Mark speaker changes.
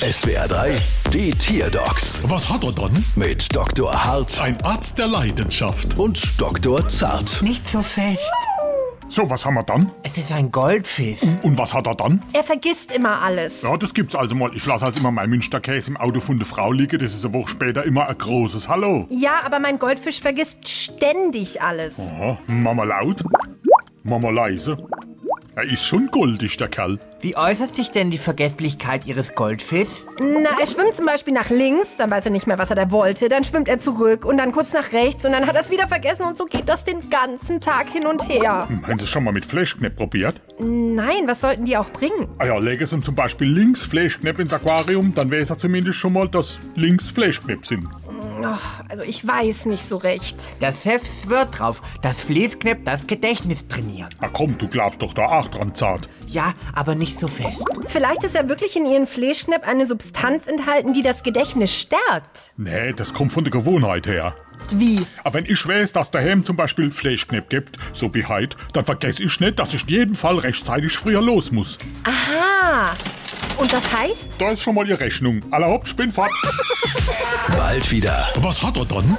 Speaker 1: SWR 3, die Tierdocs
Speaker 2: Was hat er dann?
Speaker 1: mit Dr. Hart
Speaker 2: Ein Arzt der Leidenschaft.
Speaker 1: und Dr. Zart.
Speaker 3: Nicht so fest.
Speaker 2: So, was haben wir dann?
Speaker 3: Es ist ein Goldfisch.
Speaker 2: Und was hat er dann?
Speaker 4: Er vergisst immer alles.
Speaker 2: Ja, das gibt's also mal. Ich lasse halt immer mein Münsterkäse im Auto von der Frau liegen. Das ist eine Woche später immer ein großes Hallo.
Speaker 4: Ja, aber mein Goldfisch vergisst ständig alles.
Speaker 2: Aha, Mama laut, Mama leise. Er ist schon goldig, der Kerl.
Speaker 3: Wie äußert sich denn die Vergesslichkeit Ihres Goldfischs?
Speaker 4: Na, er schwimmt zum Beispiel nach links, dann weiß er nicht mehr, was er da wollte, dann schwimmt er zurück und dann kurz nach rechts und dann hat er es wieder vergessen und so geht das den ganzen Tag hin und her.
Speaker 2: Hm, Haben Sie es schon mal mit Fleischknepp probiert?
Speaker 4: Nein, was sollten die auch bringen?
Speaker 2: Ah ja, legen Sie ihm zum Beispiel links Fleischknepp ins Aquarium, dann weiß er zumindest schon mal, dass links Fleischknepp sind.
Speaker 4: Ach, also ich weiß nicht so recht.
Speaker 3: Der Chef schwört drauf, dass Fließknepp das Gedächtnis trainieren.
Speaker 2: Ah komm, du glaubst doch da auch dran, Zart.
Speaker 3: Ja, aber nicht so fest.
Speaker 4: Vielleicht ist ja wirklich in ihren Fleischknepp eine Substanz enthalten, die das Gedächtnis stärkt.
Speaker 2: Nee, das kommt von der Gewohnheit her.
Speaker 4: Wie?
Speaker 2: Aber wenn ich weiß, dass daheim zum Beispiel Fleischknepp gibt, so wie heute, dann vergesse ich nicht, dass ich jeden Fall rechtzeitig früher los muss.
Speaker 4: Aha. Und das heißt?
Speaker 2: Da ist schon mal die Rechnung. Allerhaupt, Spinnfahrt.
Speaker 1: Bald wieder.
Speaker 2: Was hat er dann?